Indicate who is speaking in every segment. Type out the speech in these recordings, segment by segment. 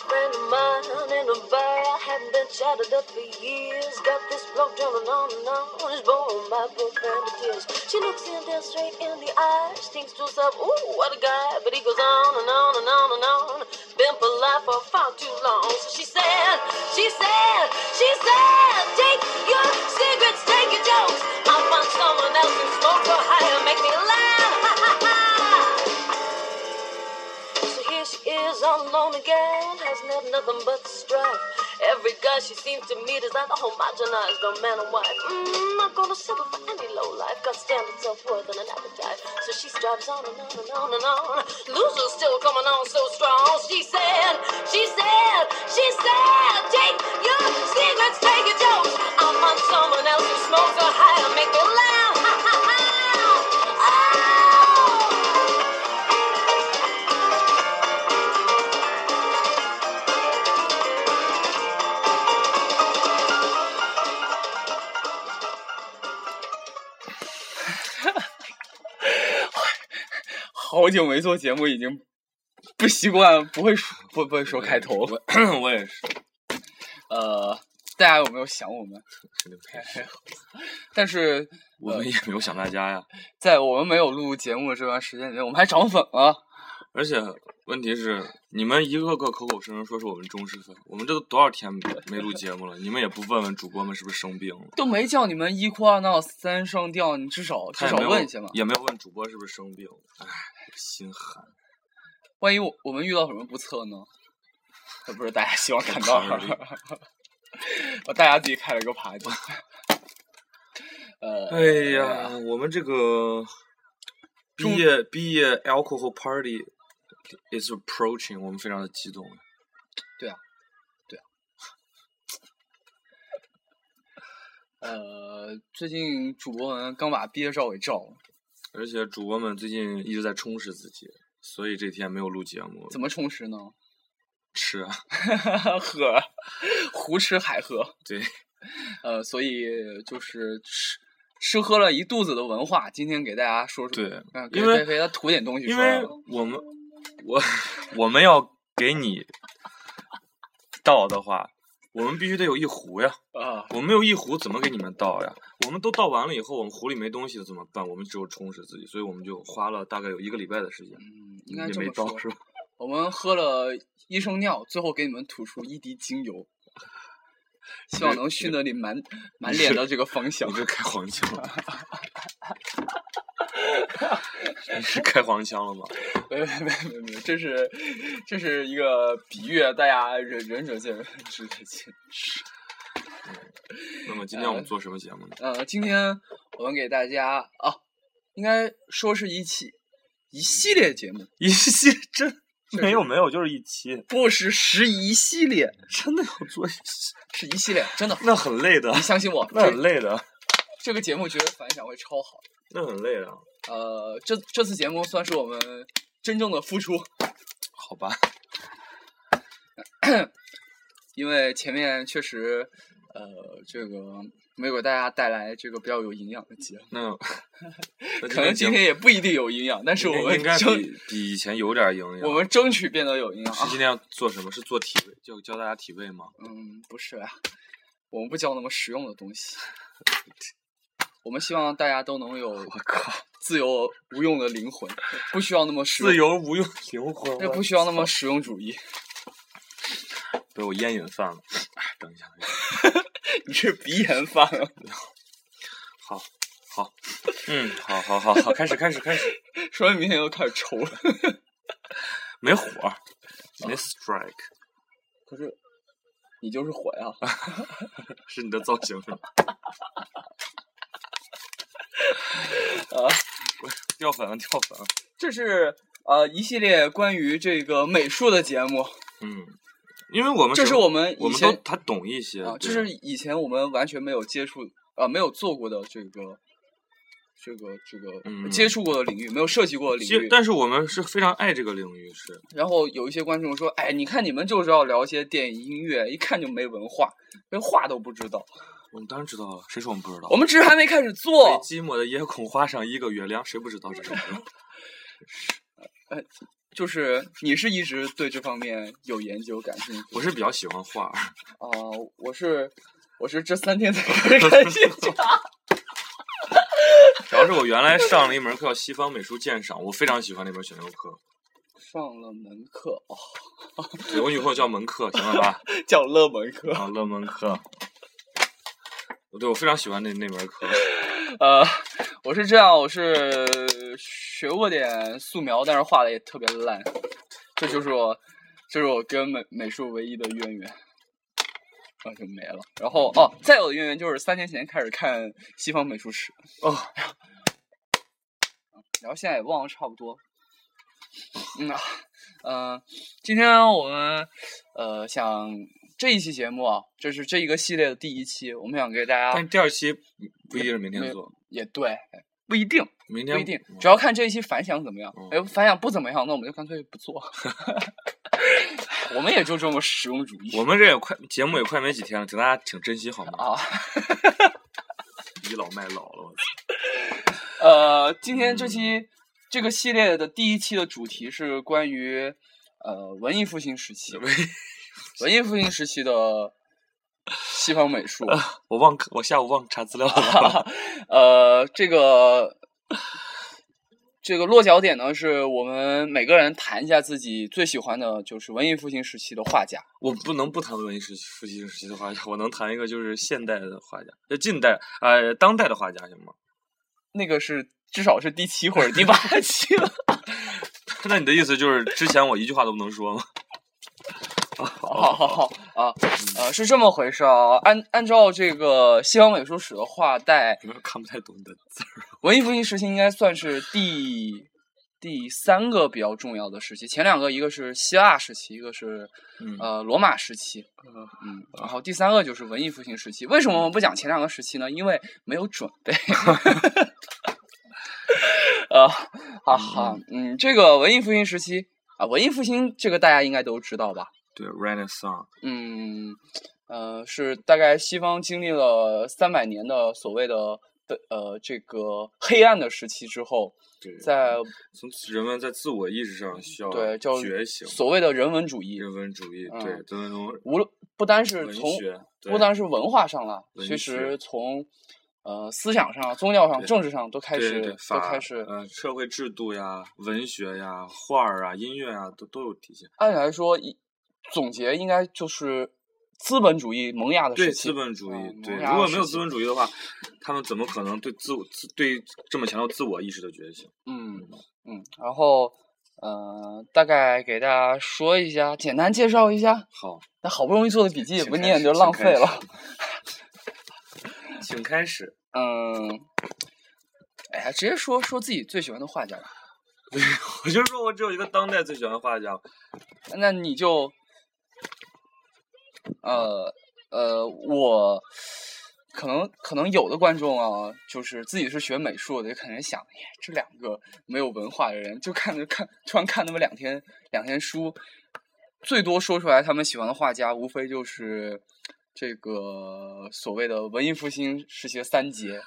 Speaker 1: mind in a bar. I had been chatted up for years. Got this bloke drumming on and on. His bone, my profound tears. She looks him down straight in the eyes. She thinks to herself, ooh, what a guy. But he goes on and on and on and on. Been polite for far too long. So she said, she said, she said, take your cigarettes, take your jokes. I'll find someone else and smoke for hire. Make me laugh. Ha ha ha. So here she is all alone again, hasn't had nothing but strife. Every guy she seems to meet is either homogenized or man and wife. Mm, not gonna settle for any low life, got standards self worth and an appetite. So she strives on and on and on and on. Loser's still coming on so strong. She said, she said, she said, take your cigarettes, take your jokes. I'm on someone else who smokes or higher, make me laugh. Ha ha ha! Oh!
Speaker 2: 好久没做节目，已经不习惯，不会说不不会说开头了。
Speaker 3: 我我也是，
Speaker 2: 呃，大家有没有想我们？但是
Speaker 3: 哎我们也没有想大家呀。
Speaker 2: 在我们没有录节目这段时间里面，我们还涨粉了。
Speaker 3: 而且问题是，你们一个个口口声声说是我们忠实粉，我们这都多少天没录节目了，你们也不问问主播们是不是生病了，
Speaker 2: 都没叫你们一哭二闹三上吊，你至少至
Speaker 3: 他也
Speaker 2: 少
Speaker 3: 没有
Speaker 2: 问一下嘛。
Speaker 3: 也没有问主播是不是生病了，唉，心寒。
Speaker 2: 万一我我们遇到什么不测呢？这不是大家希望看到
Speaker 3: 我
Speaker 2: 的
Speaker 3: 看着。
Speaker 2: 我大家自己开了个牌子。呃，
Speaker 3: 哎呀，我们这个毕业毕业 alcohol party is approaching，我们非常的激动。
Speaker 2: 呃，最近主播们刚把毕业照给照了，
Speaker 3: 而且主播们最近一直在充实自己，所以这天没有录节目。
Speaker 2: 怎么充实呢？
Speaker 3: 吃啊？
Speaker 2: 喝，胡吃海喝。
Speaker 3: 对，
Speaker 2: 呃，所以就是吃吃喝了一肚子的文化，今天给大家说说，
Speaker 3: 对
Speaker 2: 嗯，给
Speaker 3: 因为
Speaker 2: 给给他吐点东西出
Speaker 3: 因
Speaker 2: 来
Speaker 3: 为
Speaker 2: 了。
Speaker 3: 我们我我们要给你倒的话，我们必须得有一壶呀。
Speaker 2: 啊，
Speaker 3: 我们没有一壶，怎么给你们倒呀？我们都倒完了以后，我们壶里没东西了怎么办？我们只有充实自己，所以我们就花了大概有一个礼拜的时间，
Speaker 2: 嗯，应该
Speaker 3: 也
Speaker 2: 这
Speaker 3: 没
Speaker 2: 么
Speaker 3: 倒
Speaker 2: 说。
Speaker 3: 是吧？
Speaker 2: 我们喝了医生尿，最后给你们吐出一滴精 油，希望能熏得你满满脸的这个芳香
Speaker 3: 你。这开黄 腔了吗？你是开黄腔了吗？
Speaker 2: 没没没没没，这是这是一个比喻，啊大家仁仁者见仁， 智者见智。
Speaker 3: 那么今天我们做什么节目呢？
Speaker 2: 呃，今天我们给大家啊，应该说是一期一系列节目，
Speaker 3: 一期真
Speaker 2: 是
Speaker 3: 没有没有，就是一期，
Speaker 2: 不是十一系列，
Speaker 3: 真的要做一期，
Speaker 2: 是一系列，真的，
Speaker 3: 那很累的
Speaker 2: 你，相信我，
Speaker 3: 那很
Speaker 2: 这
Speaker 3: 累的，
Speaker 2: 这个节目绝对反响会超好。
Speaker 3: 那很累的，
Speaker 2: 呃，这这次节目算是我们真正的付出，
Speaker 3: 好吧？
Speaker 2: 因为前面确实，呃，这个没有给大家带来这个比较有营养的节目，
Speaker 3: 那那
Speaker 2: 可能今
Speaker 3: 天
Speaker 2: 天也不一定有营养，但是我们
Speaker 3: 应该
Speaker 2: 争
Speaker 3: 比比以前有点营养。
Speaker 2: 我们争取变得有营养。
Speaker 3: 是
Speaker 2: 啊。
Speaker 3: 今天要做什么？是做体位，就教大家体位吗？
Speaker 2: 嗯，不是啊，我们不教那么实用的东西。 我们希望大家都能有
Speaker 3: 我靠，
Speaker 2: 自由无用的灵魂，不需要那么实
Speaker 3: 自
Speaker 2: 用，
Speaker 3: 由无用灵魂，
Speaker 2: 也不需 要那么实用主义。
Speaker 3: 被我烟瘾犯了。哎，等一下，等一下
Speaker 2: 你是鼻炎犯了？
Speaker 3: 好， 好，嗯，好好好好，开始开始开始，
Speaker 2: 说明明天又开始抽了。
Speaker 3: 没火儿，没 strike，
Speaker 2: 可是你就是啊火呀！
Speaker 3: 是你的造型是吗？
Speaker 2: 啊，
Speaker 3: 掉粉了，掉粉了。
Speaker 2: 这是呃一系列关于这个美术的节目，
Speaker 3: 嗯，因为我们
Speaker 2: 这
Speaker 3: 什
Speaker 2: 是
Speaker 3: 么
Speaker 2: 我们
Speaker 3: 我
Speaker 2: 以
Speaker 3: 们
Speaker 2: 前
Speaker 3: 都他懂一些
Speaker 2: 啊，这
Speaker 3: 对
Speaker 2: 是以前我们完全没有接触啊、没有做过的这个。这个这个、呃
Speaker 3: 嗯
Speaker 2: 接触过的领域，没有涉及过的
Speaker 3: 其
Speaker 2: 领
Speaker 3: 实
Speaker 2: 域，
Speaker 3: 但是我们是非常爱这个领域，是
Speaker 2: 然后有一些观众说：“哎，你看你们就知道聊一些电影、音乐，一看就没文化，连话都不知道。
Speaker 3: 我们当然知道了，谁说我们不知道？
Speaker 2: 我们只是还没开始
Speaker 3: 北
Speaker 2: 做。
Speaker 3: 寂寞的夜空画上一个月亮，谁不知道这首歌？
Speaker 2: 就是你是一直对这方面有研究、感兴趣？
Speaker 3: 我是比较喜欢画儿，
Speaker 2: 啊、我是我是这三天才开始感 兴趣。
Speaker 3: 主要是我原来上了一门课叫西方美术鉴赏，我非常喜欢那门选修课。
Speaker 2: 上了门课哦，
Speaker 3: 对我女朋友叫门课，行了吧？
Speaker 2: 叫乐门课。
Speaker 3: 啊，乐门课。对，我非常喜欢那那门课。
Speaker 2: 呃，我是这样，我是学过点素描，但是画的也特别烂，这就是我，这是我跟美美术唯一的渊源，啊就没了。然后哦，再有的渊源就是三年前开始看西方美术史，
Speaker 3: 哦，
Speaker 2: 然后现在也忘了差不多。嗯啊，呃，今天我们呃想这一期节目啊，这是这一个系列的第一期，我们想给大家
Speaker 3: 但第二期不一定是明天做，
Speaker 2: 也对，不一定。
Speaker 3: 明天
Speaker 2: 不一定，主要看这一期反响怎么样。哎、
Speaker 3: 嗯
Speaker 2: 反响不怎么样，那我们就干脆不做。 我们也就这么实用主义。
Speaker 3: 我们这也快节目也快没几天了，请大家请珍惜好吗？
Speaker 2: 啊，
Speaker 3: 倚老卖老了，我操！
Speaker 2: 呃，今天这期、这个系列的第一期的主题是关于呃文艺复兴时期，文艺复兴时期的西方美 术。
Speaker 3: 我忘我下午忘查资料了。
Speaker 2: 呃，这个这个落脚点呢，是我们每个人谈一下自己最喜欢的就是文艺复兴时期的画家。
Speaker 3: 我不能不谈文艺时期、复兴时期的画家，我能谈一个就是现代的画家，就近代呃当代的画家行吗？
Speaker 2: 那个是至少是第七或者第八期了。
Speaker 3: 那你的意思就是之前我一句话都不能说吗？
Speaker 2: 好好好啊，呃，是这么回事啊。按按照这个西方美术史的话，在
Speaker 3: 你们看不太懂你的字儿。
Speaker 2: 文艺复兴时期应该算是第第三个比较重要的时期，前两个一个是希腊时期，一个是
Speaker 3: 嗯
Speaker 2: 呃罗马时期，嗯，然后第三个就是文艺复兴时期。为什么我们不讲前两个时期呢？因为没有准 备。呃，哈哈，嗯，这个文艺复兴时期啊，文艺复兴这个大家应该都知道吧？
Speaker 3: 对，Renaissance，
Speaker 2: 嗯，呃，是大概西方经历了三百年的所谓的的呃这个黑暗的时期之后，
Speaker 3: 对，
Speaker 2: 在
Speaker 3: 从人们在自我意识上需要
Speaker 2: 对叫
Speaker 3: 呃觉醒，
Speaker 2: 所谓的人文主义，
Speaker 3: 人文主义，
Speaker 2: 嗯
Speaker 3: 对，都是从
Speaker 2: 无论不单是
Speaker 3: 文
Speaker 2: 从
Speaker 3: 学，
Speaker 2: 不
Speaker 3: 对
Speaker 2: 单是文化上了，
Speaker 3: 文
Speaker 2: 其
Speaker 3: 学
Speaker 2: 实从呃思想上、宗教上、
Speaker 3: 对
Speaker 2: 政治上都开
Speaker 3: 对
Speaker 2: 始
Speaker 3: 对对，
Speaker 2: 都
Speaker 3: 法
Speaker 2: 开始。
Speaker 3: 呃社会制度呀、文学呀、画儿啊、音乐啊，都都有体现。
Speaker 2: 按理来说，一总结应该就是资本主义萌芽的
Speaker 3: 对
Speaker 2: 时期
Speaker 3: 资。本主义，
Speaker 2: 嗯
Speaker 3: 对，
Speaker 2: 萌芽
Speaker 3: 如果
Speaker 2: 时
Speaker 3: 没有
Speaker 2: 期
Speaker 3: 资本主义的话，他们怎么可能对自我自对这么强调自我意识的觉醒？
Speaker 2: 嗯嗯，然后呃，大概给大家说一下，简单介绍一下。
Speaker 3: 好，
Speaker 2: 那好不容易做的笔记也
Speaker 3: 请
Speaker 2: 不
Speaker 3: 开
Speaker 2: 念
Speaker 3: 始
Speaker 2: 就
Speaker 3: 请
Speaker 2: 浪
Speaker 3: 开
Speaker 2: 费
Speaker 3: 始
Speaker 2: 了。
Speaker 3: 请开始。
Speaker 2: 嗯，哎呀，直接说说自己最喜欢的画家吧。
Speaker 3: 我就说我只有一个当代最喜欢的画家，
Speaker 2: 那你就，呃呃，我可能可能有的观众啊，就是自己是学美术的，就可能想，哎，这两个没有文化的人，就看着看，突然看那么两天两天书，最多说出来他们喜欢的画家，无非就是这个所谓的文艺复兴时期的三杰。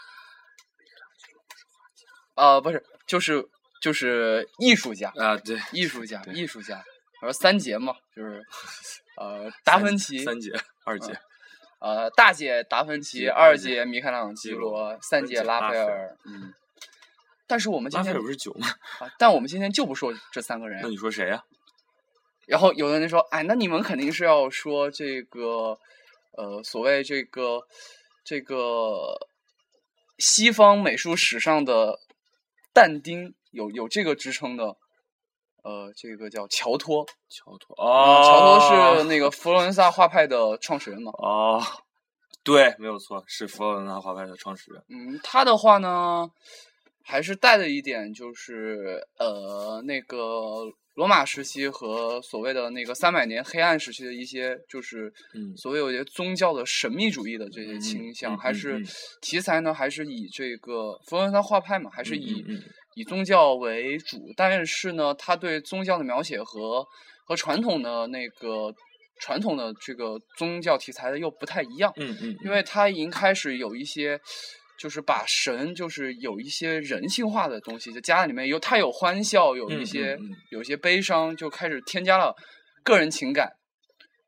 Speaker 2: 啊、不是，就是就是艺术家，
Speaker 3: 啊，对，
Speaker 2: 艺术家，
Speaker 3: 对
Speaker 2: 艺术家，然后三杰嘛， 就是呃达
Speaker 3: 三
Speaker 2: 芬
Speaker 3: 姐
Speaker 2: 奇，嗯
Speaker 3: 三姐、二姐，
Speaker 2: 呃大姐达芬奇，
Speaker 3: 杰
Speaker 2: 二
Speaker 3: 二姐
Speaker 2: 姐米开朗基
Speaker 3: 基罗
Speaker 2: 罗，三
Speaker 3: 三
Speaker 2: 姐
Speaker 3: 姐
Speaker 2: 拉
Speaker 3: 拉
Speaker 2: 斐
Speaker 3: 斐
Speaker 2: 尔，嗯。但是我们今
Speaker 3: 拉斐
Speaker 2: 天哎
Speaker 3: 尔不是嗯九吗？
Speaker 2: 啊，但我们今天就不说这三个人
Speaker 3: 那。你说谁呀、
Speaker 2: 然后有的人说，哎，那你们肯定是要说这个，呃，所谓这个这个西方美术史上的但丁，有有这个支撑的，呃，这个叫乔托。
Speaker 3: 乔托
Speaker 2: 啊，
Speaker 3: 哦，
Speaker 2: 乔托是那个佛罗伦萨画派的创始人嘛。
Speaker 3: 哦，对，没有错，是佛罗伦萨画派的创始人。
Speaker 2: 嗯，他的话呢，还是带着一点就是呃那个罗马时期和所谓的那个三百年黑暗时期的一些就是
Speaker 3: 嗯
Speaker 2: 所谓有一些宗教的神秘主义的这些
Speaker 3: 嗯
Speaker 2: 倾向，
Speaker 3: 嗯
Speaker 2: 还
Speaker 3: 嗯
Speaker 2: 是
Speaker 3: 嗯
Speaker 2: 题材呢还是以这个佛罗伦萨画派嘛，还是
Speaker 3: 嗯嗯
Speaker 2: 以、
Speaker 3: 嗯
Speaker 2: 以宗教为主，但是呢，他对宗教的描写和和传统的那个传统的这个宗教题材的又不太一样。
Speaker 3: 嗯嗯，
Speaker 2: 因为他已经开始有一些就是把神就是有一些人性化的东西，就加在里面有它有欢笑，有
Speaker 3: 嗯
Speaker 2: 一
Speaker 3: 嗯
Speaker 2: 些、
Speaker 3: 嗯
Speaker 2: 有一些悲伤，就开始添加了个人情感，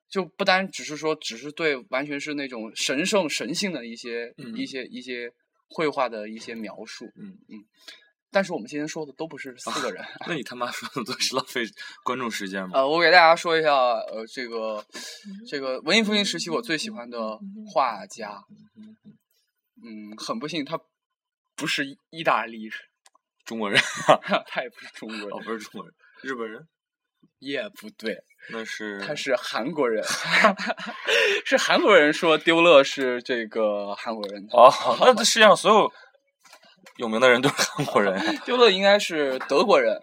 Speaker 2: 就不单只是说只是对，完全是那种神圣神性的一些、一
Speaker 3: 嗯
Speaker 2: 些一些绘画的一些描述。
Speaker 3: 嗯
Speaker 2: 嗯，但是我们今天说的都不是四个人。
Speaker 3: 那你他妈说的都是浪费观众时间吗？
Speaker 2: 呃，我给大家说一下，呃，这个
Speaker 3: 嗯
Speaker 2: 这个文艺复兴时期我最喜欢的画家，嗯，很不幸他不是意大利人，
Speaker 3: 中国人
Speaker 2: 他也不是中国
Speaker 3: 哦，
Speaker 2: 人，
Speaker 3: 不是中国人，日本人，
Speaker 2: 也不对，
Speaker 3: 那是
Speaker 2: 他是韩国人， 是韩国人说丢勒是这个韩国人，
Speaker 3: 哦，那这世界上所有有名的人都是韩国人 呀
Speaker 2: 丢勒应该是德国人，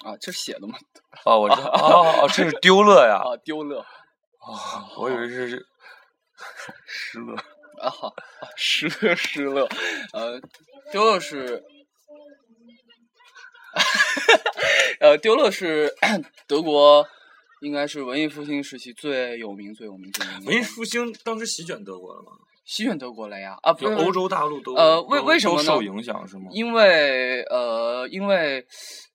Speaker 2: 啊，这写的嘛，
Speaker 3: 哦，我知道，哦哦，这是丢乐呀，
Speaker 2: 啊，丢勒
Speaker 3: 哦，我以 为是失乐，
Speaker 2: 啊，失乐失乐，呃，丢勒是，
Speaker 1: Oh.
Speaker 2: 呃，丢勒是 德国，应该是文艺复兴时期最有名、最有名、最有名的。
Speaker 3: 文艺复兴当时席卷德国了吗？
Speaker 2: 席卷德国了呀？啊，不
Speaker 3: 就是欧，洲大陆都
Speaker 2: 呃为
Speaker 3: 都
Speaker 2: 为什么
Speaker 3: 都
Speaker 2: 呢
Speaker 3: 受影响是吗？
Speaker 2: 因为呃，因为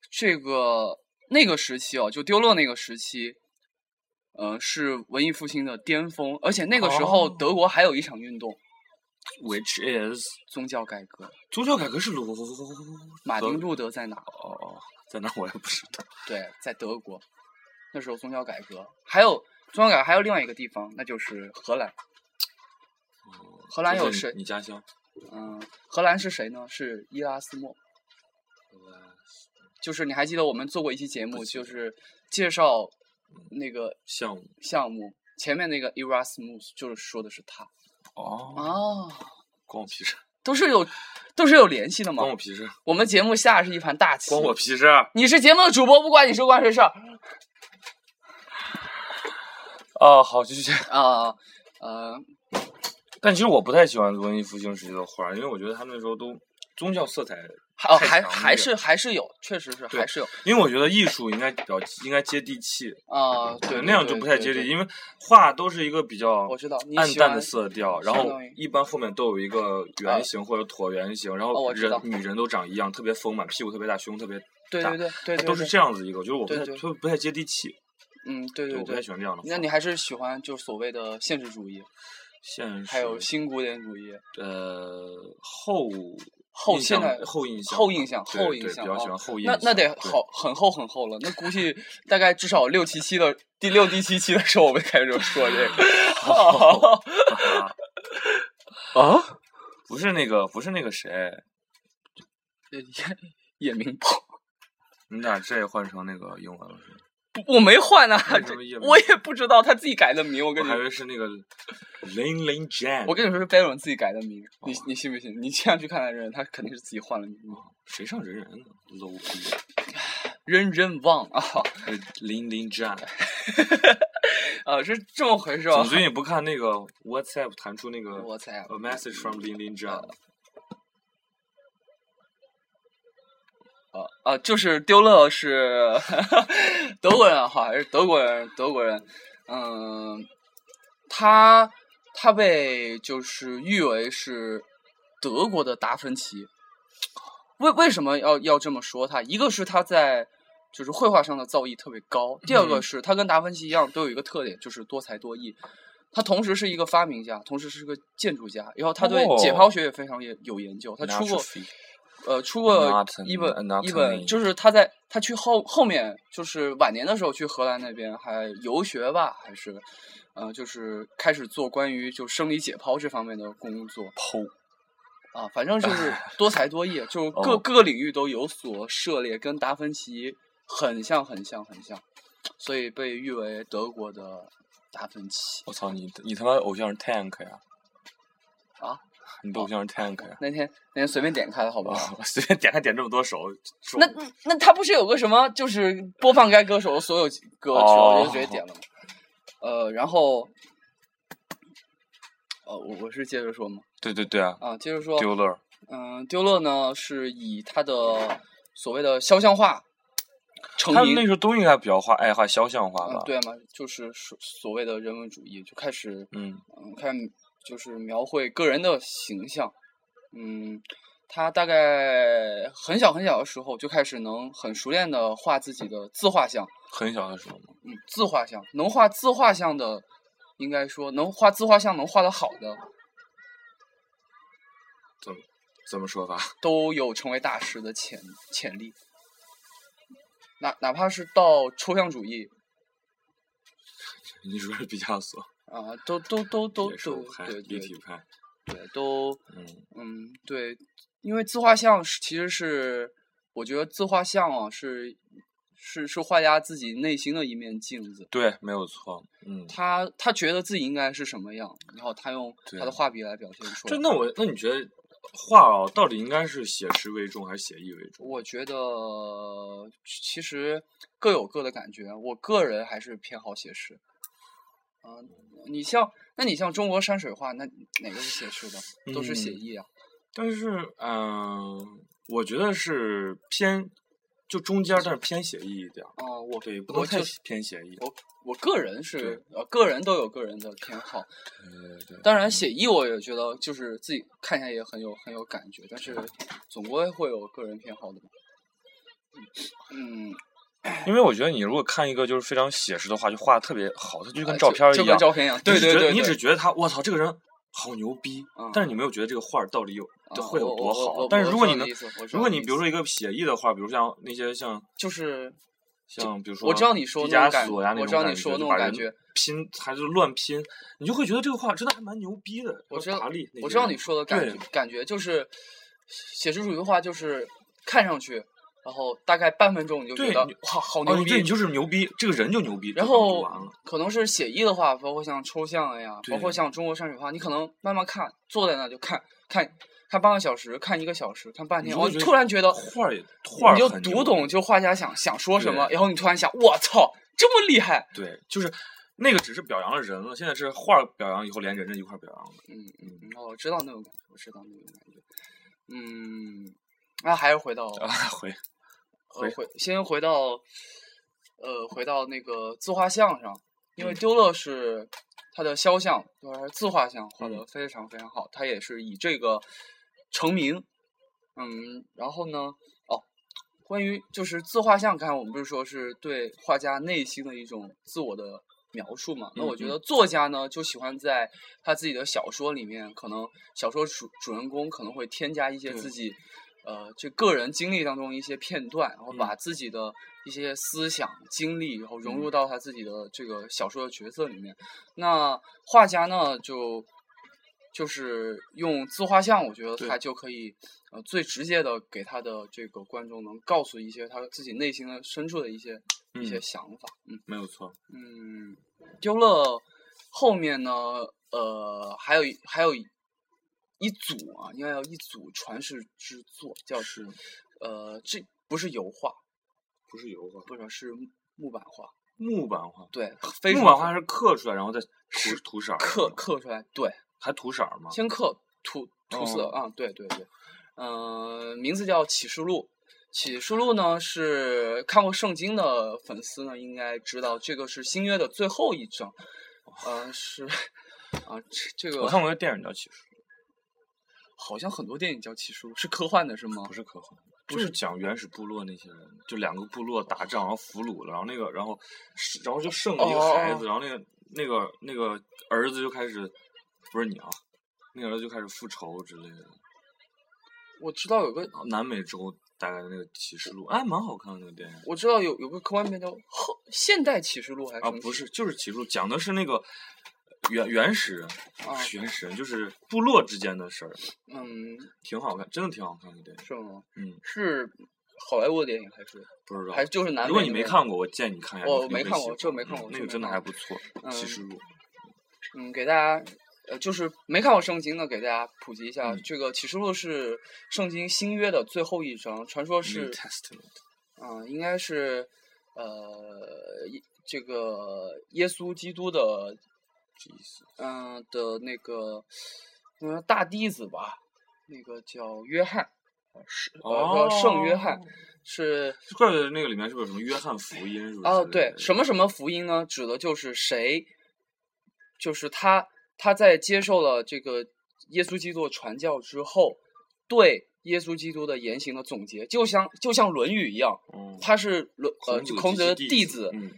Speaker 2: 这个那个时期哦，就丢勒那个时期。呃，是文艺复兴的巅峰，而且那个时候
Speaker 3: 哦
Speaker 2: 德国还有一场运动，
Speaker 3: Which is
Speaker 2: 宗教改革。
Speaker 3: 宗教改革是罗
Speaker 2: 马丁
Speaker 3: 德
Speaker 2: 路德在哪？
Speaker 3: 哦哦，在哪儿我也不知道。
Speaker 2: 对，在德国，那时候宗教改革，还有宗教改革还有另外一个地方，那就是荷兰。荷兰
Speaker 3: 哦就
Speaker 2: 有
Speaker 3: 在
Speaker 2: 谁
Speaker 3: 你家乡？
Speaker 2: 嗯，荷兰是谁呢？是伊拉斯莫。嗯就是你还记得我们做过一期节目，
Speaker 3: 记
Speaker 2: 就
Speaker 3: 得
Speaker 2: 是介绍那个
Speaker 3: 项目
Speaker 2: 项目，前面那个 Erasmus 就是说的是他
Speaker 3: 哦，
Speaker 2: 啊，
Speaker 3: 关我屁事，
Speaker 2: 都是有都是有联系的嘛
Speaker 3: 关。我屁事，
Speaker 2: 我们节目下是一盘大棋，
Speaker 3: 关我屁事！
Speaker 2: 你是节目的主播，不关你事，关谁事儿？哦
Speaker 3: 啊，好，继续。
Speaker 2: 啊、呃，
Speaker 3: 但其实我不太喜欢文艺复兴时期的画儿，因为我觉得他们那时候都宗教色彩
Speaker 2: 还哦还
Speaker 3: 太强
Speaker 2: 还
Speaker 3: 烈
Speaker 2: 是还是有，确实是
Speaker 3: 对
Speaker 2: 还是有。
Speaker 3: 因为我觉得艺术应该比较应该接地气，
Speaker 2: 啊，对，
Speaker 3: 那样就不太接地气，因为画都是一个比较
Speaker 2: 我知道你
Speaker 3: 暗
Speaker 2: 喜
Speaker 3: 淡
Speaker 2: 欢
Speaker 3: 的色调，然
Speaker 2: 相
Speaker 3: 后
Speaker 2: 当于
Speaker 3: 一般后面都有一个
Speaker 2: 啊
Speaker 3: 圆形或者椭圆形，然
Speaker 2: 哦
Speaker 3: 后
Speaker 2: 我知
Speaker 3: 人
Speaker 2: 道
Speaker 3: 女人都长一样，特别丰满，屁股特别大，胸特别
Speaker 2: 对对
Speaker 3: 大哎
Speaker 2: 对对对，
Speaker 3: 都是
Speaker 2: 对
Speaker 3: 这样子一个，就是我不
Speaker 2: 对
Speaker 3: 太
Speaker 2: 对
Speaker 3: 特不太接地气，
Speaker 2: 嗯，对
Speaker 3: 我
Speaker 2: 对
Speaker 3: 不太
Speaker 2: 对
Speaker 3: 喜。欢这样的画。
Speaker 2: 那你还是喜欢就是所谓的现实主义，
Speaker 3: 现实
Speaker 2: 还有新古典主义、
Speaker 3: 呃后
Speaker 2: 后
Speaker 3: 印
Speaker 2: 现
Speaker 3: 象
Speaker 2: 代
Speaker 3: 后印象
Speaker 2: 后
Speaker 3: 吧
Speaker 2: 印象、
Speaker 3: 对
Speaker 2: 后印
Speaker 3: 对
Speaker 2: 象
Speaker 3: 比较喜
Speaker 2: 啊
Speaker 3: 欢后印
Speaker 2: 那
Speaker 3: 象，
Speaker 2: 那得
Speaker 3: 对
Speaker 2: 好很厚很厚了，那估计大概至少六七期的第六第七期的时候，我们开始就说这 个。
Speaker 3: 啊，不是那个不是那个谁，
Speaker 2: 叶叶明鹏，
Speaker 3: 你咋这也换成那个英文了？是吗
Speaker 2: 不我没换啊，
Speaker 3: 为什
Speaker 2: 这
Speaker 3: 么叶明
Speaker 2: 我也不知道他自己改的名，我
Speaker 3: 我
Speaker 2: 跟你
Speaker 3: 还以为是那个林林 Jan，
Speaker 2: 我跟你说是 b a r o n 自己改的名，你你信不信？你这样去看看人，他肯定是自己换了名。
Speaker 3: 谁上人人呢？low 逼。
Speaker 2: 人人忘啊
Speaker 3: 呃，零零战。
Speaker 2: 啊，是这么回事吧？
Speaker 3: 我最近不看那个 WhatsApp 弹出那个
Speaker 2: 我猜
Speaker 3: A message from 零零战，
Speaker 2: 啊啊，就是丢勒是德国人啊哈，还是德国人？德国人，嗯，他他被就是誉为是德国的达芬奇。为为什么要要这么说他？一个是他在就是绘画上的造诣特别高，第二个
Speaker 3: 嗯
Speaker 2: 是他跟达芬奇一样都有一个特点，就是多才多艺。他同时是一个发明家，同时是个建筑家，然后他对解
Speaker 3: 哦
Speaker 2: 剖学也非常有有研究。他出过
Speaker 3: Anatomy
Speaker 2: 呃，出过
Speaker 3: Not
Speaker 2: 一本
Speaker 3: anatomy
Speaker 2: 一本，就是他在他去后后面，就是晚年的时候去荷兰那边还游学吧，还是呃，就是开始做关于就生理解剖这方面的工作
Speaker 3: 剖
Speaker 2: 啊，反正就是 多才多艺，就各、
Speaker 3: 哦
Speaker 2: 各个领域都有所涉猎，跟达芬奇很像很像很像，所以被誉为德国的达芬奇。
Speaker 3: 我操你你他妈偶像是 Tank 呀？
Speaker 2: 啊？
Speaker 3: 你的偶像是 Tank 呀？
Speaker 2: 那天那天随便点开的好不好？
Speaker 3: 啊，随便点开点这么多首，说
Speaker 2: 那那他不是有个什么，就是播放该歌手的所有歌曲，我就
Speaker 3: 哦
Speaker 2: 直接点了嘛。呃，然后，呃，我我是接着说嘛，
Speaker 3: 对对对啊，
Speaker 2: 啊，接着说，
Speaker 3: 丢乐儿
Speaker 2: 嗯、丢勒呢是以他的所谓的肖像画成
Speaker 3: 他们
Speaker 2: 名
Speaker 3: 那，时候都应该比较画哎爱画肖像画
Speaker 2: 嗯
Speaker 3: 吧？
Speaker 2: 对嘛，就是所所谓的人文主义就开始，
Speaker 3: 嗯，
Speaker 2: 嗯，开始就是描绘个人的形象。嗯，他大概很小很小的时候就开始能很熟练的画自己的自画像。
Speaker 3: 很小的时候嘛，
Speaker 2: 嗯，自画像能画自画像的，应该说能画自画像能画的好的，
Speaker 3: 怎么说法？
Speaker 2: 都有成为大师的潜潜力。哪哪怕是到抽象主义
Speaker 3: 你说是毕加索，
Speaker 2: 啊，都都都都
Speaker 3: 野
Speaker 2: 都
Speaker 3: 兽派、
Speaker 2: 对对
Speaker 3: 立体派，
Speaker 2: 对都
Speaker 3: 嗯，
Speaker 2: 嗯对，因为自画像是其实是我觉得自画像啊是是是画家自己内心的一面镜子。
Speaker 3: 对，没有错，嗯。
Speaker 2: 他他觉得自己应该是什么样，然后他用他
Speaker 3: 对
Speaker 2: 的画笔来表现出来。
Speaker 3: 就那我那你觉得画啊，到底应该是写实为重还是写意为重？
Speaker 2: 我觉得其实各有各的感觉，我个人还是偏好写实。啊、
Speaker 3: 嗯
Speaker 2: 你像，那你像中国山水画，那哪个是写实的？都是写
Speaker 3: 嗯
Speaker 2: 意啊。
Speaker 3: 但是，嗯、我觉得是偏就中间儿，但是偏写意一点儿。
Speaker 2: 哦、我
Speaker 3: 对，不
Speaker 2: 我
Speaker 3: 能太
Speaker 2: 就是
Speaker 3: 偏写意。
Speaker 2: 我我个人是呃，个人都有个人的偏好。
Speaker 3: 对对
Speaker 2: 当然，写意我也觉得就是自己看起来也很有很有感觉，但是总归会有个人偏好的嘛。嗯，
Speaker 3: 因为我觉得你如果看一个就是非常写实的话，就画的特别好，它就
Speaker 2: 呃
Speaker 3: 跟照片儿一
Speaker 2: 就
Speaker 3: 样
Speaker 2: 跟。照片一样，
Speaker 3: 你
Speaker 2: 对
Speaker 3: 只
Speaker 2: 对
Speaker 3: 觉得
Speaker 2: 对，
Speaker 3: 你只
Speaker 2: 对
Speaker 3: 觉得他，我操，这个人好牛逼，
Speaker 2: 嗯
Speaker 3: 但是你没有觉得这个画儿到底有
Speaker 2: 啊
Speaker 3: 会有
Speaker 2: 我
Speaker 3: 多
Speaker 2: 我我
Speaker 3: 好
Speaker 2: 我。
Speaker 3: 但是
Speaker 2: 我
Speaker 3: 如果
Speaker 2: 知
Speaker 3: 你
Speaker 2: 道
Speaker 3: 能
Speaker 2: 的意思我知，道
Speaker 3: 如果
Speaker 2: 的
Speaker 3: 你
Speaker 2: 意
Speaker 3: 比如
Speaker 2: 思
Speaker 3: 说一个写意的画，比如像那些像
Speaker 2: 就是
Speaker 3: 像比如说
Speaker 2: 我知道你说
Speaker 3: 毕
Speaker 2: 那
Speaker 3: 加
Speaker 2: 种感
Speaker 3: 索呀那
Speaker 2: 我
Speaker 3: 种
Speaker 2: 知道
Speaker 3: 感
Speaker 2: 你说那
Speaker 3: 觉，就
Speaker 2: 种
Speaker 3: 把
Speaker 2: 感
Speaker 3: 人
Speaker 2: 觉
Speaker 3: 拼还是乱拼，你就会觉得这个画真的还蛮牛逼的。
Speaker 2: 我
Speaker 3: 要
Speaker 2: 知道
Speaker 3: 达利那些人，
Speaker 2: 我知道你说的感
Speaker 3: 对
Speaker 2: 觉，感觉就是写实主义画，就是看上去，然后大概半分钟你就觉
Speaker 3: 对
Speaker 2: 得
Speaker 3: 你
Speaker 2: 哇，好
Speaker 3: 哦，
Speaker 2: 牛
Speaker 3: 你对
Speaker 2: 逼
Speaker 3: 你。就是牛逼，这个人就牛逼，
Speaker 2: 然
Speaker 3: 这可能就
Speaker 2: 后
Speaker 3: 完了。
Speaker 2: 可能是写意的话，包括像抽象呀，包括
Speaker 3: 对
Speaker 2: 像中国山水画，你可能慢慢看，坐在那就看看看半个小时，看一个小时，看半
Speaker 3: 你
Speaker 2: 天，
Speaker 3: 就会
Speaker 2: 哦，你
Speaker 3: 觉得
Speaker 2: 突然觉得
Speaker 3: 画儿也画儿
Speaker 2: 你就
Speaker 3: 很
Speaker 2: 读
Speaker 3: 牛
Speaker 2: 懂就画家想想说什么，
Speaker 3: 对
Speaker 2: 然后你突然想，我操，这么厉害！
Speaker 3: 对，就是那个只是表扬了人了，现在是画儿表扬以后连人家一块儿表扬了。
Speaker 2: 嗯嗯，嗯，哦我知道那种感觉，我知道那种感觉。嗯，那还是回到、
Speaker 3: 啊，回
Speaker 2: 呃
Speaker 3: 回
Speaker 2: 回先回到呃回到那个自画像上，因
Speaker 3: 嗯
Speaker 2: 为丢勒是他的肖像，就是自画像
Speaker 3: 嗯
Speaker 2: 画的非常非常好，他也是以这个成名。嗯，然后呢，哦，关于就是自画像，刚才我们不是说是对画家内心的一种自我的描述嘛？那我觉
Speaker 3: 嗯嗯
Speaker 2: 得作家呢，就喜欢在他自己的小说里面，可能小说主主人公可能会添加一些
Speaker 3: 对
Speaker 2: 自己。呃，这个人经历当中一些片段，然后
Speaker 3: 嗯嗯
Speaker 2: 把自己的一些思想、经历，然后融入到他自己的这个小说的角色里面。那画家呢，就就是用自画像，我觉得
Speaker 3: 对
Speaker 2: 他就可以呃最直接的给他的这个观众能告诉一些他自己内心的深处的一些、一些
Speaker 3: 嗯
Speaker 2: 想法。嗯
Speaker 3: 没有错，
Speaker 2: 嗯，丢了后面呢，呃，还有一还有一一组啊，应该叫一组传世之作，叫
Speaker 3: 是
Speaker 2: 呃，这不是油画，
Speaker 3: 不是油画？
Speaker 2: 不是是木板画，
Speaker 3: 木板画，
Speaker 2: 对，非
Speaker 3: 木
Speaker 2: 常
Speaker 3: 板画是刻出来，然后再涂涂色儿的
Speaker 2: 刻
Speaker 3: 吗，
Speaker 2: 刻出来，对，
Speaker 3: 还涂色儿吗？
Speaker 2: 先刻涂涂色
Speaker 3: 哦
Speaker 2: 啊、对对对，呃，名字叫《启示录》。《启示录》呢是看过圣经的粉丝呢应该知道，这个是新约的最后一章，呃是啊这这
Speaker 3: 我
Speaker 2: 个
Speaker 3: 看过一个电影叫《启示录
Speaker 2: 好像很多电影叫《启示录》，是科幻的是吗》，
Speaker 3: 不？是科幻。就是讲原始部落那些人，就两个部落打仗，然后俘虏了，然后那个，然后是，然后就剩了一个孩子，然后那个那个那个儿子就开始，不是你啊，那个儿子就开始复仇之类的。
Speaker 2: 我知道有个
Speaker 3: 南美洲大概的那个启示录，哎，蛮好看的那个电影
Speaker 2: 我知道有有个科幻片叫《后现代启示录》还是
Speaker 3: 啊
Speaker 2: 什，么
Speaker 3: 不是，就是启示录，讲的是那个原原始人，
Speaker 2: 啊
Speaker 3: 不是原始人就是部落之间的事儿，
Speaker 2: 嗯
Speaker 3: 挺好看，真的挺好看的电影，
Speaker 2: 是吗？
Speaker 3: 嗯，
Speaker 2: 是好莱坞的电影还是
Speaker 3: 不知道
Speaker 2: 还。是就是南美
Speaker 3: 如果你
Speaker 2: 那
Speaker 3: 没
Speaker 2: 边
Speaker 3: 看过，我建议你看一下。
Speaker 2: 哦我
Speaker 3: 你
Speaker 2: 没
Speaker 3: 肯定会
Speaker 2: 看
Speaker 3: 喜
Speaker 2: 过
Speaker 3: 欢
Speaker 2: 这没看
Speaker 3: 嗯
Speaker 2: 过
Speaker 3: 那
Speaker 2: 这
Speaker 3: 个
Speaker 2: 没
Speaker 3: 真的
Speaker 2: 看
Speaker 3: 还
Speaker 2: 过
Speaker 3: 不错，
Speaker 2: 嗯
Speaker 3: 启示录。
Speaker 2: 嗯，给大家，呃，就是没看过圣经的，给大家普及一下，
Speaker 3: 嗯
Speaker 2: 这个启示录是圣经新约的最后一章，传说
Speaker 3: New
Speaker 2: 是，
Speaker 3: Testament。
Speaker 2: 嗯、应该是，呃，耶这个耶稣基督的，嗯、的那个，嗯，大弟子吧，那个叫约翰，是呃，叫圣约翰
Speaker 3: 哦，
Speaker 2: 是
Speaker 3: 怪不得那个里面是不是有什么约翰福音？是不是？
Speaker 2: 哦哦，对，什
Speaker 3: 么？
Speaker 2: 么什么福音呢？指的就是谁，就是他他在接受了这个耶稣基督的传教之后，对耶稣基督的言行的总结，就像就像《论语》一样，
Speaker 3: 嗯，
Speaker 2: 他是论呃就
Speaker 3: 孔子
Speaker 2: 孔
Speaker 3: 及
Speaker 2: 子的
Speaker 3: 其
Speaker 2: 弟
Speaker 3: 弟
Speaker 2: 子，
Speaker 3: 嗯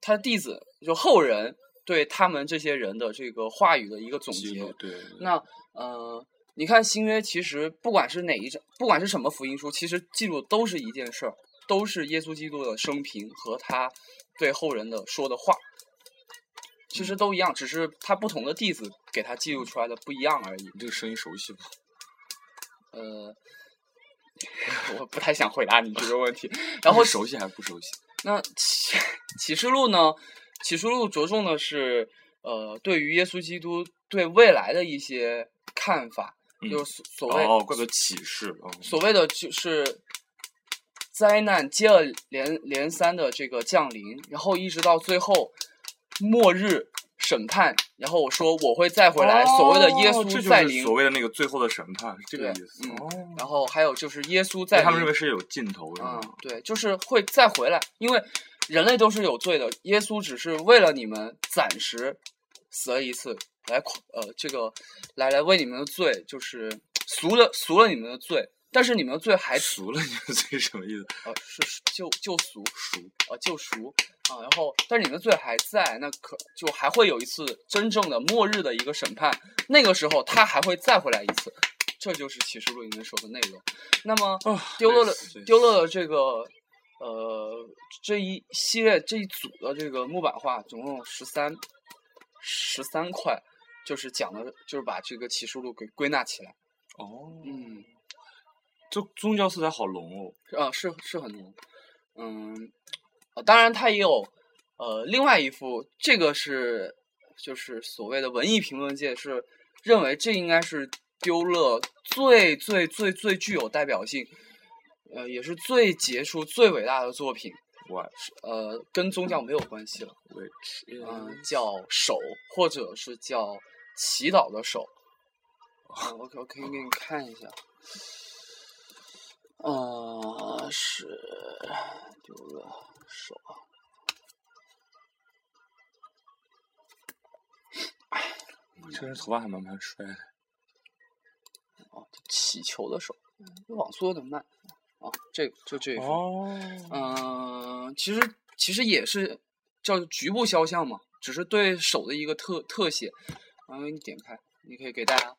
Speaker 2: 他的弟子就后人对他们这些人的这个话语的一个总
Speaker 3: 记
Speaker 2: 结
Speaker 3: 录。对，对
Speaker 2: 那呃，你看新约其实不管是哪一章，不管是什么福音书，其实记录都是一件事儿，都是耶稣基督的生平和他对后人的说的话，其
Speaker 3: 嗯
Speaker 2: 实都一样，只是他不同的弟子给他记录出来的不一样而已。
Speaker 3: 你这个声音熟悉吗？
Speaker 2: 呃， 我不太想回答你这个问题。然 后
Speaker 3: 是熟悉还是不熟悉？
Speaker 2: 那启启示录呢？启示录着重的是，呃，对于耶稣基督对未来的一些看法，
Speaker 3: 嗯
Speaker 2: 就是所所谓、
Speaker 3: 哦，怪不得启示哦。
Speaker 2: 所谓的就是灾难接二连连三的这个降临，然后一直到最后末日审判，然后我说我会再回来，所谓的耶
Speaker 3: 哦这
Speaker 2: 稣
Speaker 3: 就
Speaker 2: 再
Speaker 3: 是
Speaker 2: 临，
Speaker 3: 所谓的那个最后的审判，是这个意
Speaker 2: 对
Speaker 3: 思。
Speaker 2: 嗯
Speaker 3: 哦，
Speaker 2: 然后还有就是耶稣
Speaker 3: 那
Speaker 2: 再
Speaker 3: 他们
Speaker 2: 临
Speaker 3: 认为是有尽头是吗
Speaker 2: 嗯？，对，就是会再回来，因为人类都是有罪的，耶稣只是为了你们暂时死了一次，来捆呃这个来来为你们的罪就是赎了赎了你们的罪，但是你们的罪还
Speaker 3: 赎了，你这是什么意思？
Speaker 2: 呃是是救救赎
Speaker 3: 赎
Speaker 2: 呃救赎啊、然后但是你们的罪还在，那可就还会有一次真正的末日的一个审判，那个时候他还会再回来一次，这就是启示录里面说的内容。那么
Speaker 3: 啊
Speaker 2: 丢了
Speaker 3: 累
Speaker 2: 了
Speaker 3: 死
Speaker 2: 丢了了这个呃这一系列这一组的这个木板画，总共十三十三块，就是讲的就是把这个启示录给归纳起来。
Speaker 3: 哦，
Speaker 2: 嗯，
Speaker 3: 这宗教色彩好浓哦。
Speaker 2: 啊是是很浓。嗯，呃当然它也有呃另外一幅，这个是就是所谓的文艺评论界是认为这应该是丢勒最最最最具有代表性。呃，也是最杰出、最伟大的作品，
Speaker 3: What
Speaker 2: 呃，跟宗教没有关系了，
Speaker 3: which
Speaker 2: 嗯、
Speaker 3: is
Speaker 2: 叫手，或者是叫祈祷的手。呃我可我可以给你看一下，呃，是丢了手啊。嗯
Speaker 3: 这人头发还蛮蛮帅的。
Speaker 2: 哦，祈求的手，网速有点慢啊，这就这一幅，
Speaker 3: 哦，
Speaker 2: 嗯、其实其实也是叫局部肖像嘛，只是对手的一个特特写。然后你点开，你可以给大家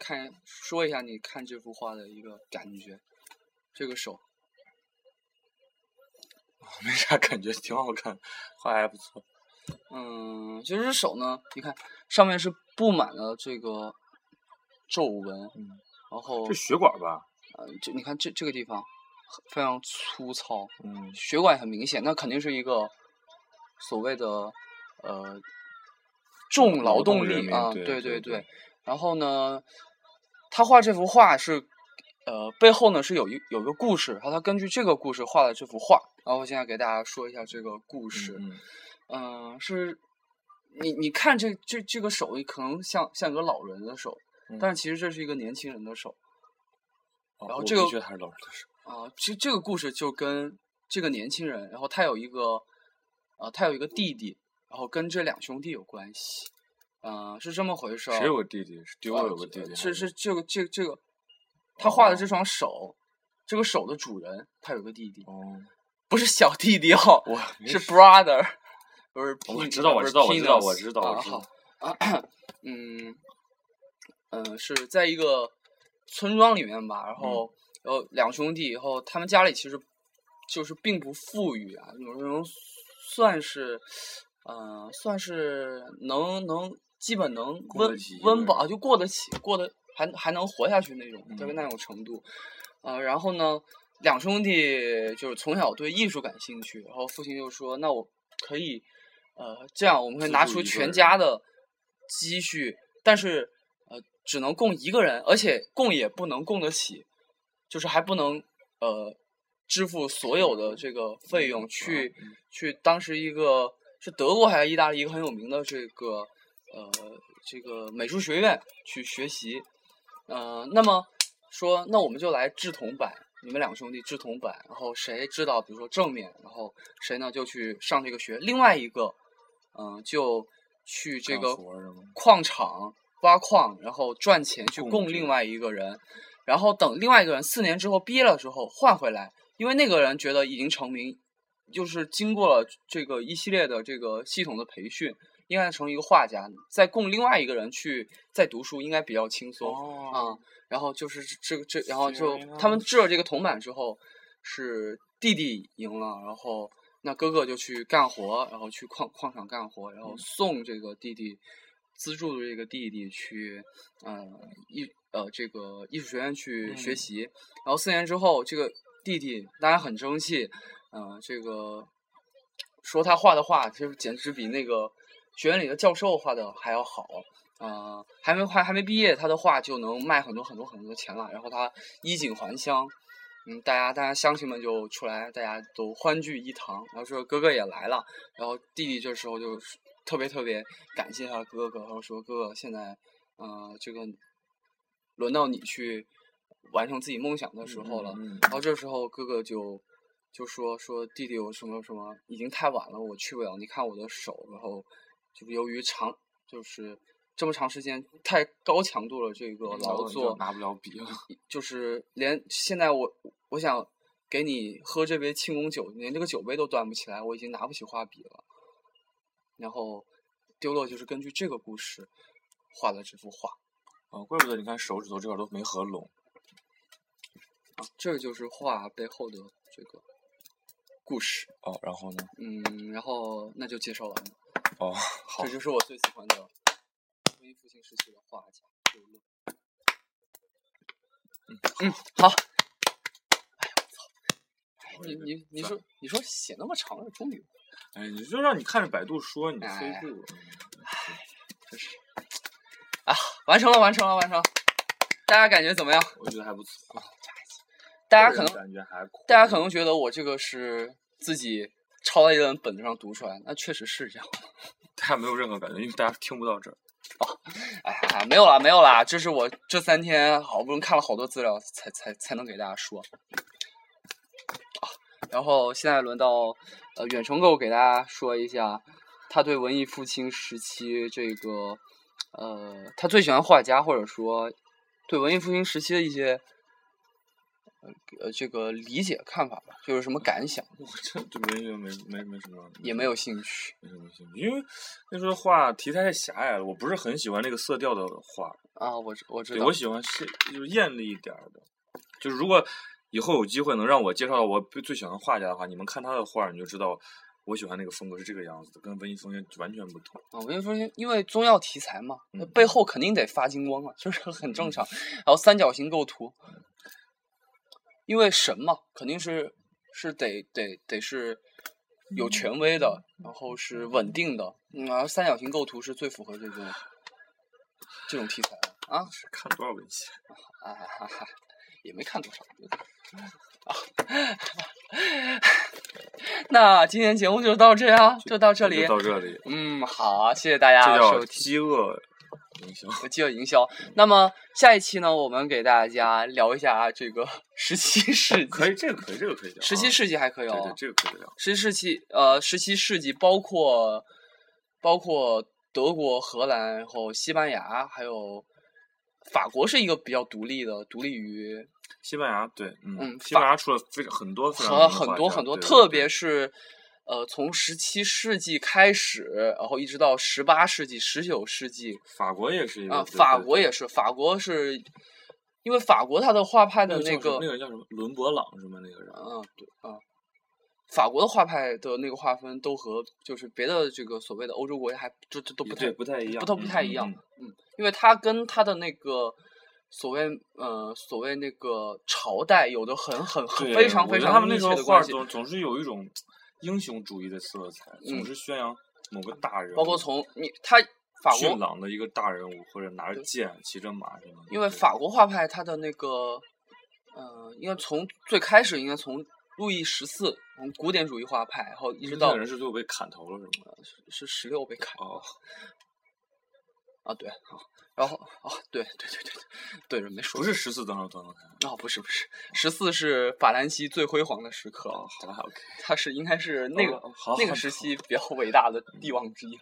Speaker 2: 看说一下你看这幅画的一个感觉。这个手，
Speaker 3: 没啥感觉，挺好看，画得还不错。
Speaker 2: 嗯，其实这手呢，你看上面是布满了这个皱纹，
Speaker 3: 嗯
Speaker 2: 然后
Speaker 3: 这血管吧？
Speaker 2: 呃，这你看这这个地方非常粗糙，
Speaker 3: 嗯，
Speaker 2: 血管很明显，那肯定是一个所谓的呃重
Speaker 3: 劳
Speaker 2: 劳
Speaker 3: 动
Speaker 2: 动
Speaker 3: 人
Speaker 2: 力
Speaker 3: 民
Speaker 2: 啊，
Speaker 3: 对
Speaker 2: 对
Speaker 3: 对对
Speaker 2: 对。然后呢，他画这幅画是呃背后呢是有一有一个故事，然后他根据这个故事画了这幅画。然后我现在给大家说一下这个故事，
Speaker 3: 嗯嗯
Speaker 2: 嗯、是你你看这这这个手，可能像像一个老人的手，
Speaker 3: 嗯
Speaker 2: 但是其实这是一个年轻人的手。
Speaker 3: 哦
Speaker 2: 然后
Speaker 3: 我
Speaker 2: 这
Speaker 3: 不
Speaker 2: 个
Speaker 3: 觉得还是老人的手。
Speaker 2: 啊，其实这个故事就跟这个年轻人，然后他有一个，呃，他有一个弟弟，然后跟这两兄弟有关系，嗯、是这么回事儿。
Speaker 3: 谁有个弟弟？是丢哦
Speaker 2: 啊
Speaker 3: 了有个弟弟。
Speaker 2: 是
Speaker 3: 还
Speaker 2: 是这个这个这个，他画的这双手，这个手的主人他有个弟弟，
Speaker 3: 哦，
Speaker 2: 不是小弟弟哦，
Speaker 3: 我
Speaker 2: 是 brother，不是 pin- 不
Speaker 3: 我
Speaker 2: 是 penis,
Speaker 3: 知道，我知道，我知道，我知道，
Speaker 2: 啊
Speaker 3: 我知
Speaker 2: 好
Speaker 3: 道。
Speaker 2: 嗯，呃，是在一个村庄里面吧，
Speaker 3: 嗯
Speaker 2: 然后、然后两兄弟，以后他们家里其实就是并不富裕啊，有那种算是，呃，算是能能基本能
Speaker 3: 过得
Speaker 2: 温
Speaker 3: 起
Speaker 2: 温
Speaker 3: 对
Speaker 2: 饱就过得起，过得还还能活下去那种，大概
Speaker 3: 嗯
Speaker 2: 那种程度。呃，然后呢，两兄弟就是从小对艺术感兴趣，然后父亲就说：“那我可以，呃，这样我们可以
Speaker 3: 资
Speaker 2: 拿
Speaker 3: 助
Speaker 2: 出
Speaker 3: 一个
Speaker 2: 全
Speaker 3: 人
Speaker 2: 家的积蓄，但是呃，只能供一个人，而且供也不能供得起，就是还不能呃支付所有的这个费
Speaker 3: 嗯啊
Speaker 2: 用去去当时一个是德国还是意大利一个很有名的这个呃这个美术学院去学习，呃，那么说那我们就来制铜板，你们两兄弟制铜板，然后谁知道比如说正面，然后谁呢就去上这个学，另外一个嗯、呃就去这个
Speaker 3: 干活儿是吗
Speaker 2: 矿场挖矿，然后赚钱去
Speaker 3: 供
Speaker 2: 供
Speaker 3: 这
Speaker 2: 另
Speaker 3: 个
Speaker 2: 外一个人，然后等另外一个人四年之后毕业了之后换回来，因为那个人觉得已经成名，就是经过了这个一系列的这个系统的培训，应该成为一个画家，再供另外一个人去再读书，应该比较轻松。
Speaker 3: 哦，
Speaker 2: 啊、然后就是这这，然后
Speaker 3: 行
Speaker 2: 就
Speaker 3: 嗯那
Speaker 2: 他们制了这个铜板之后，是弟弟赢了，然后那哥哥就去干活，然后去矿矿场干活，然
Speaker 3: 嗯
Speaker 2: 后送这个弟弟资助的这个弟弟去呃艺呃这个艺术学院去学
Speaker 3: 嗯
Speaker 2: 习，然后四年之后，这个弟弟当然很争气，呃，这个说他画的画，就是简直比那个学院里的教授画的还要好。呃，还没还还没毕业，他的画就能卖很多很多很多钱了。然后他衣锦还乡，嗯，大家大家乡亲们就出来，大家都欢聚一堂。然后说哥哥也来了，然后弟弟这时候就特别特别感谢他哥哥，然后说哥哥现在，呃，这个轮到你去完成自己梦想的时候了。
Speaker 3: 嗯嗯嗯
Speaker 2: 然后这时候哥哥就就说说弟弟有什么什么，已经太晚了，我去不了。你看我的手，然后就是由于长就是这么长时间太高强度了这个
Speaker 3: 嗯
Speaker 2: 劳
Speaker 3: 就
Speaker 2: 作，
Speaker 3: 拿不了笔 了。
Speaker 2: 就是连现在我我想给你喝这杯庆功酒，连这个酒杯都端不起来，我已经拿不起画笔了。然后丢落就是根据这个故事画的这幅画，
Speaker 3: 哦，怪不得你看手指头这块儿都没合拢。
Speaker 2: 啊这就是画背后的这个故事。
Speaker 3: 哦，然后呢？
Speaker 2: 嗯，然后那就介绍完了。
Speaker 3: 哦，好
Speaker 2: 这，就是我最喜欢的文艺复兴时期的画家刘乐。嗯，好。哎呀，我操！哎你你你
Speaker 3: 算
Speaker 2: 说你说写那么长的终于，
Speaker 3: 哎，你就让你看着百度说，你非
Speaker 2: 哎
Speaker 3: 对我。
Speaker 2: 真是啊，完成了，完成了，完成了！大家感觉怎么样？
Speaker 3: 我觉得还不错。
Speaker 2: 大家
Speaker 3: 个
Speaker 2: 可
Speaker 3: 人
Speaker 2: 能
Speaker 3: 感觉还可以，
Speaker 2: 大家可能觉得我这个是自己抄在一本本子上读出来的，那确实是这样。
Speaker 3: 大家没有任何感觉，因为大家听不到这儿。
Speaker 2: 哎呀，没有啦，没有啦，这是我这三天好不容易看了好多资料，才才才能给大家说。啊，然后现在轮到呃远程购给大家说一下他对文艺复兴时期这个呃他最喜欢画家，或者说对文艺复兴时期的一些呃呃这个理解看法吧，就是什么感想，
Speaker 3: 我这这没没没没什么，
Speaker 2: 也没有兴趣。
Speaker 3: 没什么兴趣，因为那时候画题材太狭隘了，我不是很喜欢那个色调的画，
Speaker 2: 啊，我知我知
Speaker 3: 对
Speaker 2: 道
Speaker 3: 我，喜欢是就是艳丽一点儿的，就是如果以后有机会能让我介绍到我最最喜欢的画家的话，你们看他的画儿你就知道我喜欢那个风格是这个样子的，跟文艺风格完全不同。
Speaker 2: 啊，我跟你说，因为宗教题材嘛，那
Speaker 3: 嗯
Speaker 2: 背后肯定得发金光嘛，啊 就是很正常。然后三角形构图，因为神嘛，肯定是是得得得是有权威的，
Speaker 3: 嗯
Speaker 2: 然后是稳定的。嗯，而三角形构图是最符合这种这种题材的啊
Speaker 3: 是看多少文献？
Speaker 2: 啊哈哈，也没看多少。啊， 那今天节目就到这样，就到这
Speaker 3: 就
Speaker 2: 里。
Speaker 3: 到这里，
Speaker 2: 嗯，好，谢谢大家
Speaker 3: 这
Speaker 2: 收
Speaker 3: 叫
Speaker 2: 听。
Speaker 3: 饥饿营销。
Speaker 2: 和饥饿营销。那么下一期呢，我们给大家聊一下这个 十七世纪，
Speaker 3: 可以，这个可以，这个可以聊啊。
Speaker 2: 十七世纪还可以
Speaker 3: 对对
Speaker 2: 哦，。
Speaker 3: 这个可以聊。
Speaker 2: 十七世纪，呃，十七世纪包括包括德国、荷兰，然后西班牙，还有法国是一个比较独立的，独立于
Speaker 3: 西班牙对，
Speaker 2: 嗯
Speaker 3: 嗯，西
Speaker 2: 法
Speaker 3: 班牙出了非常很多非常
Speaker 2: 和很
Speaker 3: 有名的画
Speaker 2: 多
Speaker 3: 家
Speaker 2: 很多，
Speaker 3: 对对
Speaker 2: 特
Speaker 3: 对
Speaker 2: 别是。呃，从十七世纪开始，然后一直到十八世纪、十九世纪，
Speaker 3: 法国也是一个
Speaker 2: 啊，
Speaker 3: 对对
Speaker 2: 法
Speaker 3: 对
Speaker 2: 国也是，法国是因为法国它的画派
Speaker 3: 那
Speaker 2: 的
Speaker 3: 个
Speaker 2: 那
Speaker 3: 叫什么
Speaker 2: 个，
Speaker 3: 那个叫什么伦勃朗什么那个人，
Speaker 2: 嗯，对，啊，法国的画派的那个划分都和就是别的这个所谓的欧洲国家还就就都不太
Speaker 3: 对，不太一样，
Speaker 2: 都不
Speaker 3: 嗯
Speaker 2: 太
Speaker 3: 嗯
Speaker 2: 一样
Speaker 3: 嗯
Speaker 2: 因为它跟它的那个所谓呃所谓那个朝代有的很很很
Speaker 3: 对，
Speaker 2: 非常
Speaker 3: 我
Speaker 2: 非
Speaker 3: 觉得他
Speaker 2: 常
Speaker 3: 们
Speaker 2: 密
Speaker 3: 那时
Speaker 2: 切
Speaker 3: 候
Speaker 2: 的
Speaker 3: 画
Speaker 2: 关
Speaker 3: 儿
Speaker 2: 系，
Speaker 3: 总总是有一种英雄主义的色彩，
Speaker 2: 嗯
Speaker 3: 总是宣扬某个大人物，
Speaker 2: 包括从你它法
Speaker 3: 俊
Speaker 2: 国，
Speaker 3: 朗的一个大人物，或者拿着剑骑着马什么的。
Speaker 2: 因为
Speaker 3: 对
Speaker 2: 法国画派它的那个，呃，应该从最开始应该从路易十四，从古典主义画派，然后一
Speaker 3: 那
Speaker 2: 直
Speaker 3: 个
Speaker 2: 到
Speaker 3: 人是最后被砍头了是吗？
Speaker 2: 是十六被砍
Speaker 3: 哦，
Speaker 2: 啊，对，好然后哦，对对对对对，对着没说
Speaker 3: 不是十四登上登上台。
Speaker 2: 啊、不是不是，十四是法兰西最辉煌的时刻，啊
Speaker 3: 哦，好了好了，OK，
Speaker 2: 它是应该是那个、
Speaker 3: 哦好
Speaker 2: 那个
Speaker 3: 好
Speaker 2: 时期比较伟大的帝王之一。嗯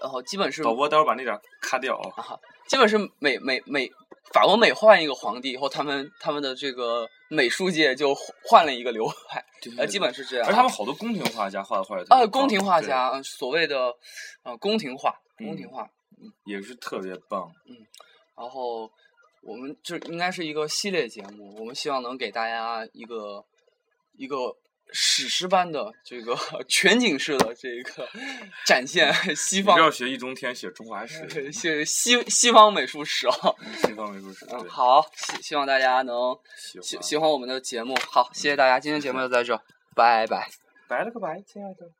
Speaker 2: 然后基本是
Speaker 3: 导播待会儿把那点儿咔掉啊。
Speaker 2: 基本是每每每法国每换一个皇帝以后，他们他们的这个美术界就换了一个流派，呃，基本是这样。
Speaker 3: 嗯而他们好多宫廷画家画的画也特别
Speaker 2: 啊，宫
Speaker 3: 棒
Speaker 2: 廷画
Speaker 3: 对
Speaker 2: 家，嗯所谓的呃宫廷画，宫廷
Speaker 3: 嗯
Speaker 2: 画，
Speaker 3: 也是特别棒。
Speaker 2: 然后我们这应该是一个系列节目，我们希望能给大家一个一个史诗般的这个 全景式的这个 展现西
Speaker 3: 你不要
Speaker 2: 方
Speaker 3: 学易中天写中华史，
Speaker 2: 西西西方美术史啊。
Speaker 3: 西方美术史。
Speaker 2: 嗯，
Speaker 3: 对，
Speaker 2: 好，希希望大家能
Speaker 3: 喜
Speaker 2: 喜
Speaker 3: 欢
Speaker 2: 喜欢我们的节目。好，谢谢大家，今天节目就在这儿，拜拜。
Speaker 3: 拜了个拜，亲爱的。